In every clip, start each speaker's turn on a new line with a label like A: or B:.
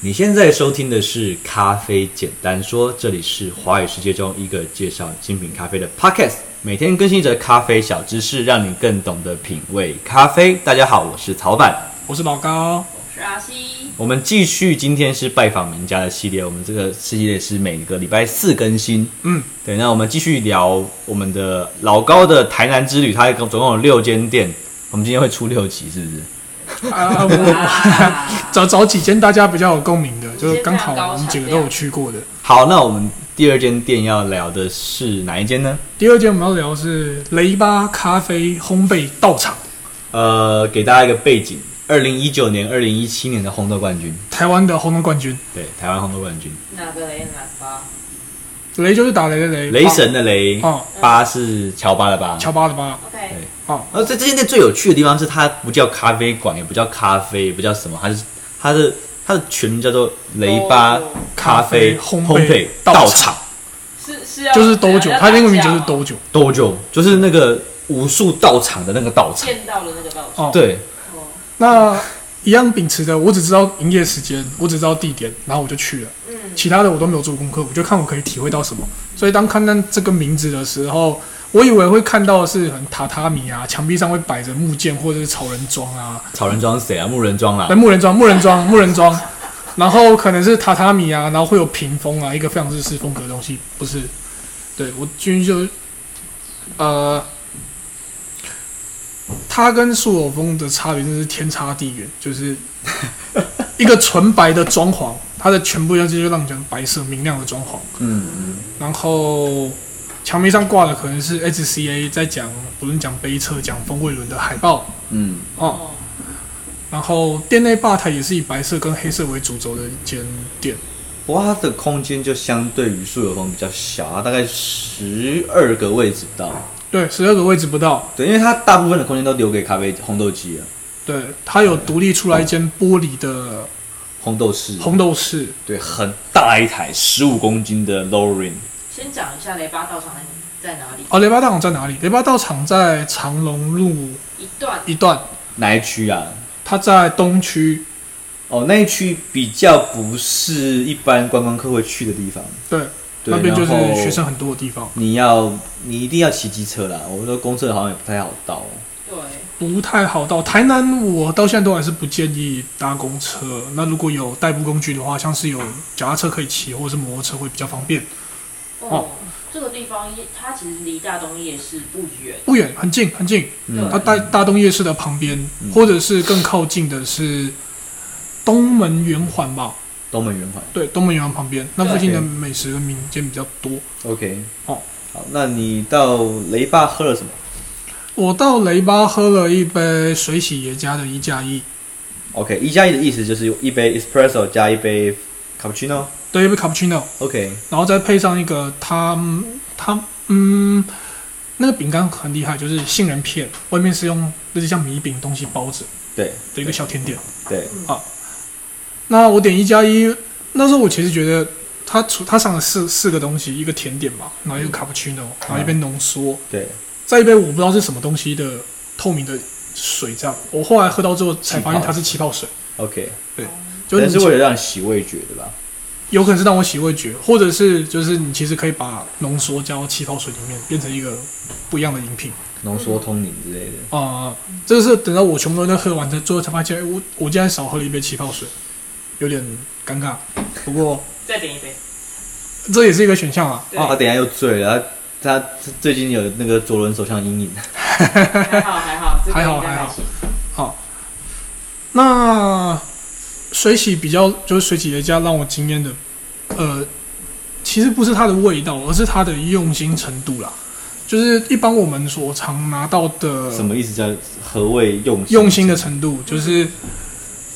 A: 你现在收听的是《咖啡简单说》，这里是华语世界中一个介绍精品咖啡的 podcast，每天更新着咖啡小知识，让你更懂得品味咖啡。大家好，我是曹板。
B: 我是老高，
C: 是阿 西，
A: 我们继续，今天是拜访名家的系列。我们这个系列是每个礼拜四更新。
B: 嗯，
A: 对。那我们继续聊我们的老高的台南之旅，他总共有六间店，我们今天会出六集，是不是？
B: 啊，我
C: 啊
B: 找找几间大家比较有共鸣的，就是刚好
C: 直接非常高
B: 我们几个都有去过的。
A: 好，那我们第二间店要聊的是哪一间呢？
B: 第二间我们要聊的是雷巴咖啡烘焙道场，
A: 呃，给大家一个背景：二零一九年、二零一七年的红豆冠军，
B: 台湾的烘焙冠军。
A: 对，台湾红豆冠军，
C: 哪个雷哪巴？
B: 雷就是打雷的雷，
A: 雷神的雷，
B: 哦，
A: 八是乔巴的巴。
B: 乔巴的巴，
C: OK，
A: 然后这这间店最有趣的地方是，它不叫咖啡馆，也不叫咖啡，也不叫什么，它是它的它的全名叫做雷巴
C: 都
A: 哦咖啡
B: 烘
A: 烘焙道
B: 道
A: 场
C: 是是要
B: 就是兜酒，它的英文名就是
C: 斗
B: 兜酒。
A: 多久？就是那个武术道场的那个道场。
C: 见到了那个道具。
B: 哦，，
A: 对，
C: 哦，
B: 那一样秉持的，我只知道营业时间，我只知道地点，然后我就去了。
C: 嗯，
B: 其他的我都没有做功课，我就看我可以体会到什么。所以当看到这个名字的时候，我以为会看到的是很榻榻米啊，墙壁上会摆着木剑或者是草人桩啊，
A: 草人庄是谁啊？木人庄啦
B: 那。哎木人桩、木人桩、木人桩，然后可能是榻榻米啊，然后会有屏风啊，一个非常日式风格的东西，不是？对我军就呃，它跟素有风的差别真是天差地远，就是一个纯白的装潢，它的全部要就是让你讲白色明亮的装潢。
A: 嗯嗯，
B: 然后墙壁上挂的可能是 HCA 在讲，不论讲杯测、讲风味轮的海报
A: 嗯，
B: 哦。
C: 哦，
B: 然后店内吧台也是以白色跟黑色为主轴的一间店，
A: 不过它的空间就相对于素有风比较小，它大概十二个位置到。
B: 对，十二个位置不到。
A: 对，因为它大部分的空间都留给咖啡红豆机了，
B: 对，它有独立出来一间玻璃的
A: 红豆室。
B: 红豆室，
A: 对，很大一台十五公斤的 Lorin，
C: 先讲一下雷巴道场在哪里？
B: 哦，雷巴道场在哪里？雷巴道场在长隆路
C: 一段
B: 一段，
A: 哪一区啊？
B: 它在东区。
A: 哦，那一区比较不是一般观光客会去的地方。
B: 对，
A: 对，
B: 那边就是
A: 然后
B: 学生很多的地方，
A: 你要你一定要骑机车啦，我们说公车好像也不太好到、哦。
C: 对，
B: 不太好到。台南我到现在都还是不建议搭公车。那如果有代步工具的话，像是有脚踏车可以骑，或者是摩托车会比较方便。
C: 哦，这个地方它其实离大东夜市不远，
B: 不远，很近，很近。
A: 嗯
B: 它啊大大东夜市的旁边
A: 嗯，
B: 或者是更靠近的是东门圆环吧？
A: 东门圆环。
B: 对，东门圆环旁边，那附近的
A: 对
B: 美食跟民间比较多。
A: OK，
B: 哦，
A: 好，那你到雷霸喝了什么？
B: 我到雷巴喝了一杯水洗耶加的一加一，
A: OK，一加一的意思就是一杯 espresso 加一杯 cappuccino。
B: 对，一杯 cappuccino，
A: OK，
B: 然后再配上一个它它嗯，那个饼干很厉害，就是杏仁片，外面是用就是像米饼东西包着
A: 对
B: 的一个小甜点。
A: 对，
B: 那我点一加一，那时候我其实觉得他除他上了四四个东西，一个甜点嘛，然后一个卡布奇诺，然后一杯浓缩，
A: 对，
B: 再一杯我不知道是什么东西的透明的水，这样。我后来喝到之后才发现它是气泡水，
A: OK，
B: 就
A: 可能
B: 是
A: 是
B: 你
A: 为了让你洗味觉，对吧？
B: 有可能是让我洗味觉，或者是就是你其实可以把浓缩加到气泡水里面，变成一个不一样的饮品。
A: 浓缩通灵之类的。
B: 啊、这是等到我全部都喝完之后，最后才发现，哎，我我竟然少喝了一杯气泡水，有点尴尬。不过
C: 再点一杯。
B: 这也是一个选项啊。
C: 对，
A: 哦，他等一下又醉了，他他最近有那个左轮手枪阴影。
C: 还好还好，这个
B: 还好
C: 应该
B: 还好
C: 行。
B: 那水洗比较就是水洗的家让我惊艳的，呃，其实不是它的味道，而是它的用心程度啦。就是一般我们所常拿到的
A: 什么意思叫何谓用心？
B: 嗯用心的程度，就是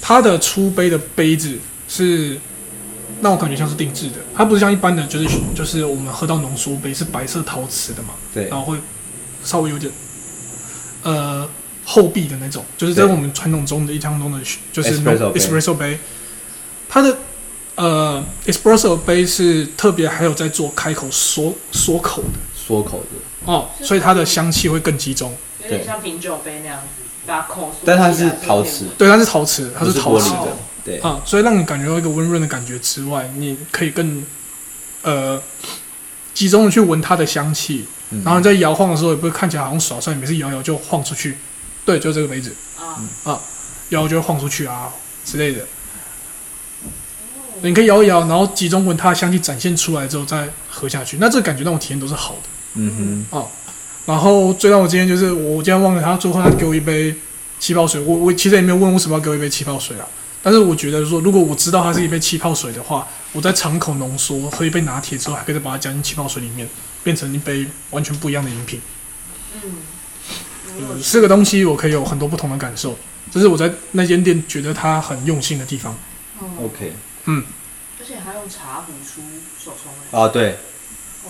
B: 它的出杯的杯子是让我感觉像是定制的，它不是像一般的，就是就是我们喝到浓缩杯是白色陶瓷的嘛，
A: 对
B: 然，后会稍微有点呃后壁的那种，就是在
A: 对
B: 我们传统中的一汤中的，就是
A: Espresso 杯
B: espresso 杯，它的呃 espresso 杯是特别还有在做开口缩缩口的
A: 缩口的，
B: 哦，所以它的香气会更集中。
C: 有点像品酒杯那样子，把口。
A: 但它是陶瓷，
B: 对，它是陶瓷，它
A: 不
B: 是
A: 是
B: 陶
A: 玻
B: 瓷
A: 璃
C: 的
A: 的
C: 哦，
A: 对，
B: 啊，所以让你感觉到一个温润的感觉之外，你可以更呃集中的去闻它的香气，
A: 嗯
B: 然后你在摇晃的时候也不会看起来好像耍帅，每次摇摇就晃出去。对，就这个杯子，
C: 啊，
B: 摇摇就会晃出去啊之类的。你可以摇一摇，然后集中闻它的香气展现出来之后再喝下去，那这个感觉让我体验都是好的。
A: 嗯
B: 然后最让我今天就是我今天忘了他最后他给我一杯气泡水，我我其实也没有问为什么要给我一杯气泡水啊，但是我觉得说如果我知道它是一杯气泡水的话，我在敞口浓缩喝一杯拿铁之后，还可以再把它加进气泡水里面，变成一杯完全不一样的饮品。
C: 嗯，
B: 呃
C: 嗯，
B: 这个东西我可以有很多不同的感受，这是我在那间店觉得它很用心的地方。
A: 哼，OK，
C: 嗯而且还用茶壶出手冲哎，
A: 啊，对，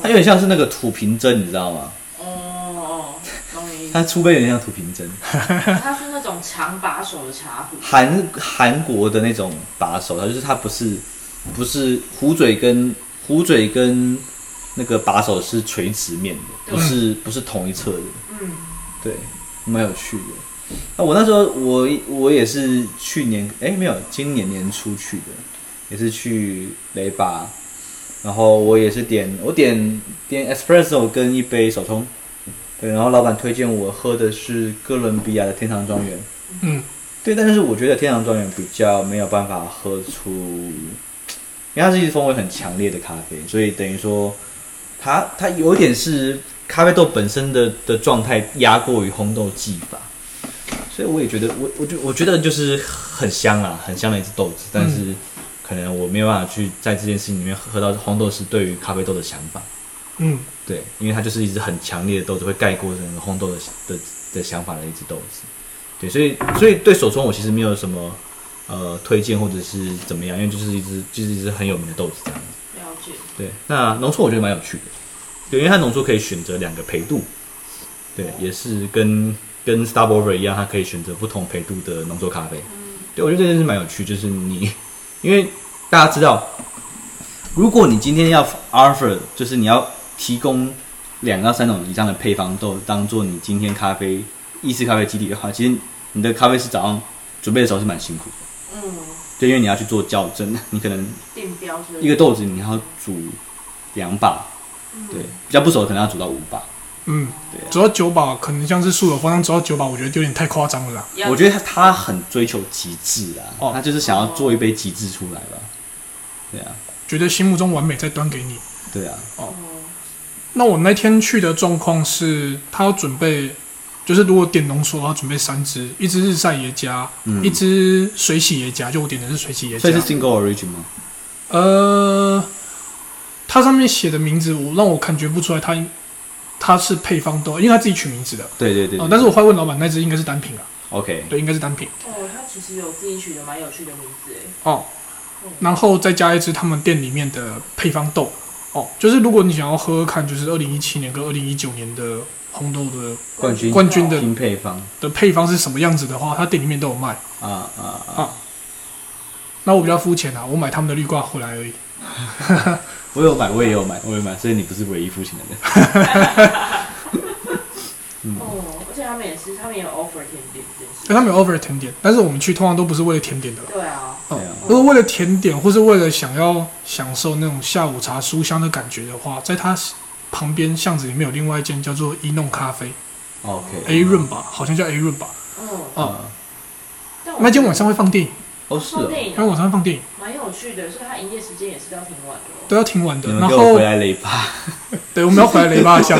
A: 它有点像是那个土瓶针，你知道吗？
C: 哦哦，懂你 意
A: 它
C: 思，
A: 出杯有点像土瓶针，
C: 它是那种长把手的茶壶，
A: 韩韩国的那种把手，它就是它不是不是壶嘴跟壶嘴跟那个把手是垂直面的，
C: 对
A: 不是不是同一侧的，
C: 嗯，
A: 对，蛮有趣的。那我那时候我我也是去年哎、没有，今年年初去的，也是去雷巴，然后我也是点我点点 espresso 跟一杯手冲，对，然后老板推荐我喝的是哥伦比亚的天堂庄园，
B: 嗯，
A: 对，但是我觉得天堂庄园比较没有办法喝出，因为它是一支风味很强烈的咖啡，所以等于说它它有一点是咖啡豆本身的的状态压过于烘豆技法，所以我也觉得我我就我觉得就是很香啊，很香的一支豆子，但是可能我没有办法去在这件事情里面喝到烘豆师对于咖啡豆的想法，
B: 嗯，
A: 对，因为它就是一支很强烈的豆子，会盖过整个烘豆的的的想法的一支豆子。对，所以所以对手冲我其实没有什么呃推荐或者是怎么样，因为就是一支就是一支很有名的豆子这样子。
C: 了解，
A: 对，那浓缩我觉得蛮有趣的，对，因为它浓缩可以选择两个培度，对，也是跟跟 Starbover 一样，它可以选择不同培度的浓缩咖啡。对，我觉得这件事蛮有趣，就是你，因为大家知道，如果你今天要 offer，就是你要提供两到三种以上的配方豆当做你今天咖啡意式咖啡基底的话，其实你的咖啡是早上准备的时候是蛮辛苦的，
C: 嗯，
A: 对，因为你要去做校正，你可能
C: 定标是
A: 一个豆子你要煮两把，对，比较不熟的可能要煮到五把。
B: 嗯
A: 对啊，
B: 主要九把可能像是素有方向，主要九把我觉得有点太夸张了啦。
A: 我觉得他他很追求极致啊，
B: 哦
A: 他就是想要做一杯极致出来吧。对啊，
B: 觉得心目中完美再端给你。
A: 对啊，
C: 得
B: 那我那天去的状况是，他要准备，就是如果点浓缩，他准备三支，一支日晒耶加，
A: 嗯
B: 一支水洗耶加，就我点的是水洗耶加
A: 所以。是 single origin 吗？
B: 呃，它上面写的名字，我让我感觉不出来它，它是配方豆，因为他自己取名字的。
A: 对对对
B: 哦
A: 对，
B: 但是我会问老板，那支应该是单品啊，
A: OK，
B: 对，应该是单品
C: 哦，他其实有自己取的蛮有趣的名字哎，
B: 哦
C: 嗯。
B: 然后再加一支他们店里面的配方豆哦，就是如果你想要喝喝看，就是二零一七年跟二零一九年的红豆的
A: 冠军
B: 冠军的
A: 拼配方
B: 的配方是什么样子的话，它店里面都有卖。
A: 啊啊啊！
B: 啊那我比较肤浅啊，我买他们的绿挂回来而已。
A: 我有买，我也有买，我也有买，所以你不是唯一付钱的人。
C: 哦，而且他们也是，他们也有 offer 甜点这件
B: 但
C: 事，
B: 他们有 over 甜点，但是我们去通常都不是为了甜点的啦，
C: 对啊，
A: 对啊，
B: 如果为了甜点或是为了想要享受那种下午茶书香的感觉的话，在它旁边巷子里面有另外一间叫做一弄咖啡
A: OK
B: A 润吧，好像叫 A 润吧。
C: 嗯，
B: 啊，
A: 啊，
C: 但
B: 那间晚上会啊放电影，
A: 哦是
C: 说
A: 哦，
C: 电影
B: 那晚上会放电影
C: 蛮有趣的，所以他营业时间也是到挺晚的哦。
B: 都要挺晚
A: 你
B: 的。
A: 们
B: 然
A: 给我
B: 后
A: 回来雷吧。
B: 对，我们要回来雷巴一 下。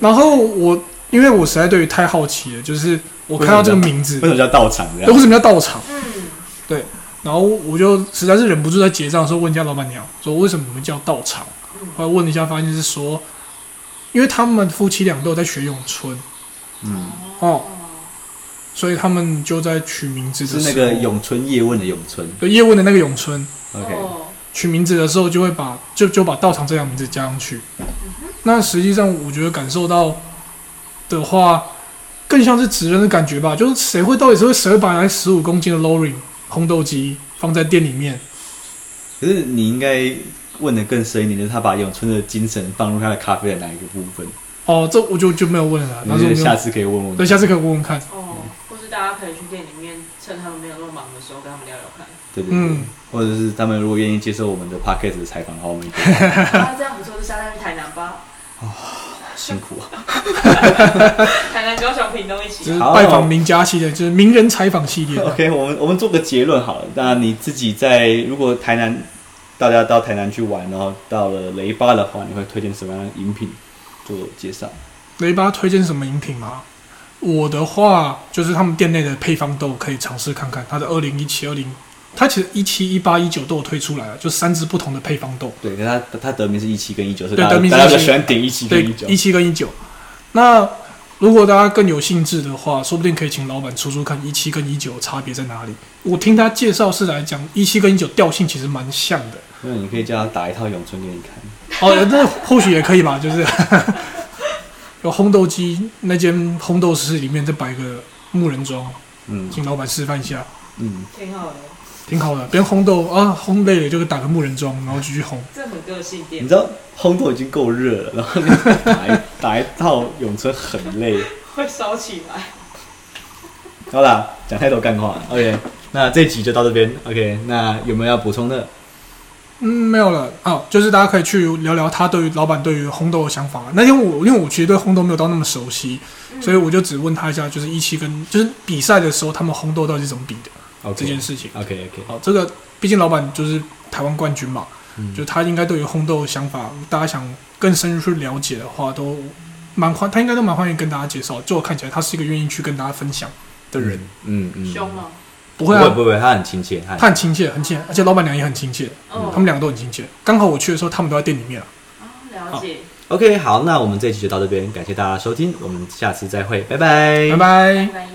B: 然后我因为我实在对于太好奇了，就是我看到这个名字
A: 为，什么叫到场这
B: 对，为
A: 样？
B: 什么要到场？
C: 嗯，
B: 然后我就实在是忍不住在结账的时候问一下老板娘，说为什么你们叫道场
C: 嗯？
B: 后来问了一下，发现是说，因为他们夫妻俩都有在学咏春
A: 嗯，
B: 哦，所以他们就在取名字
A: 是
B: 的
A: 那
B: 时候
A: 个咏春叶问的咏春。
B: 对叶问的那个咏春，
A: OK，
C: 哦
B: 取名字的时候就会把就就把道场这两个名字加上去。那实际上我觉得感受到的话，更像是职人的感觉吧，就是谁会到底是会谁会把来十五公斤的 lowering 烘豆机放在店里面？
A: 可是你应该问的更深一点，就是他把咏春的精神放入他的咖啡的哪一个部分？
B: 啊哦，这我就就没有问了啦，
A: 你
B: 但是我
A: 觉得
B: 没有
A: 下次可以问问。
B: 对，下次可以问问看。
C: 哦，或是就是大家可以去店里面，趁他们没有那么忙的时候，跟他们聊聊看。
A: 对对对，
B: 嗯
A: 或者是他们如果愿意接受我们的 podcast 的采访的话，我们也
C: 啊，这样不错，就下山去台南吧，
A: 辛苦啊。
C: 台南、高雄、屏东一起
B: 就。是
A: 好
B: 拜访名家系列，就是名人采访系列。
A: OK，我们我们做个结论好了。那你自己在如果台南大家到台南去玩，然后到了雷巴的话，你会推荐什么样的饮品做介绍？
B: 雷巴推荐什么饮品吗？我的话就是他们店内的配方豆可以尝试看看，它的二零一七、二零，它其实一七、一八、一九都有推出来了，啊就三支不同的配方豆，
A: 对，可是它它得名是一七跟一九，所以
B: 对
A: 大家
B: 得名是
A: 大家比较
B: 17
A: 喜欢点一七跟
B: 对
A: 一，九
B: 一。七跟一九。那如果大家更有兴致的话，说不定可以请老板出出看一七跟一九差别在哪里。我听他介绍是来讲一七跟一九调性其实蛮像的，
A: 那你可以叫他打一套咏春给你看。
B: 哦，那或许也可以吧，就是 有烘豆机那间烘豆室里面再摆个木人桩，
A: 嗯
B: 请老板示范一下，
A: 嗯，
C: 挺好的，
B: 挺好的。边烘豆啊，烘累了就打个木人桩，然后继续烘。
C: 这很个性
A: 你
C: 店
A: 知，道烘豆已经够热了，然后你打一打一套咏春很累。
C: 会烧起来。
A: 好啦，讲太多干话了。OK，那这集就到这边。OK，那有没有要补充的？
B: 嗯，没有了哦，就是大家可以去聊聊他对于老板对于烘豆的想法。那天我因为我其实对烘豆没有到那么熟悉，所以我就只问他一下，就是一期跟就是比赛的时候他们烘豆到底是怎么比的这件
A: OK，OK
B: 事情。
A: OK，
B: 好，这个毕竟老板就是台湾冠军嘛，
A: 嗯
B: 就他应该对于烘豆的想法，大家想更深入去了解的话，都蛮欢，他应该都蛮欢迎跟大家介绍。就我看起来，他是一个愿意去跟大家分享的人，
A: 嗯嗯，
C: 凶吗？
B: 不
A: 不
B: 会
A: 会
B: 啊
A: 不，会，他很亲切，他
B: 他
A: 很
B: 很亲切，很亲切，而且老板娘也很亲切，
C: 哦
B: 嗯他们两个都很亲切。刚好我去的时候，他们都在店里面啊。
C: 啊，了解。
A: OK。好，那我们这集就到这边，感谢大家收听，我们下次再会，拜拜，
B: 拜拜
C: 拜。拜。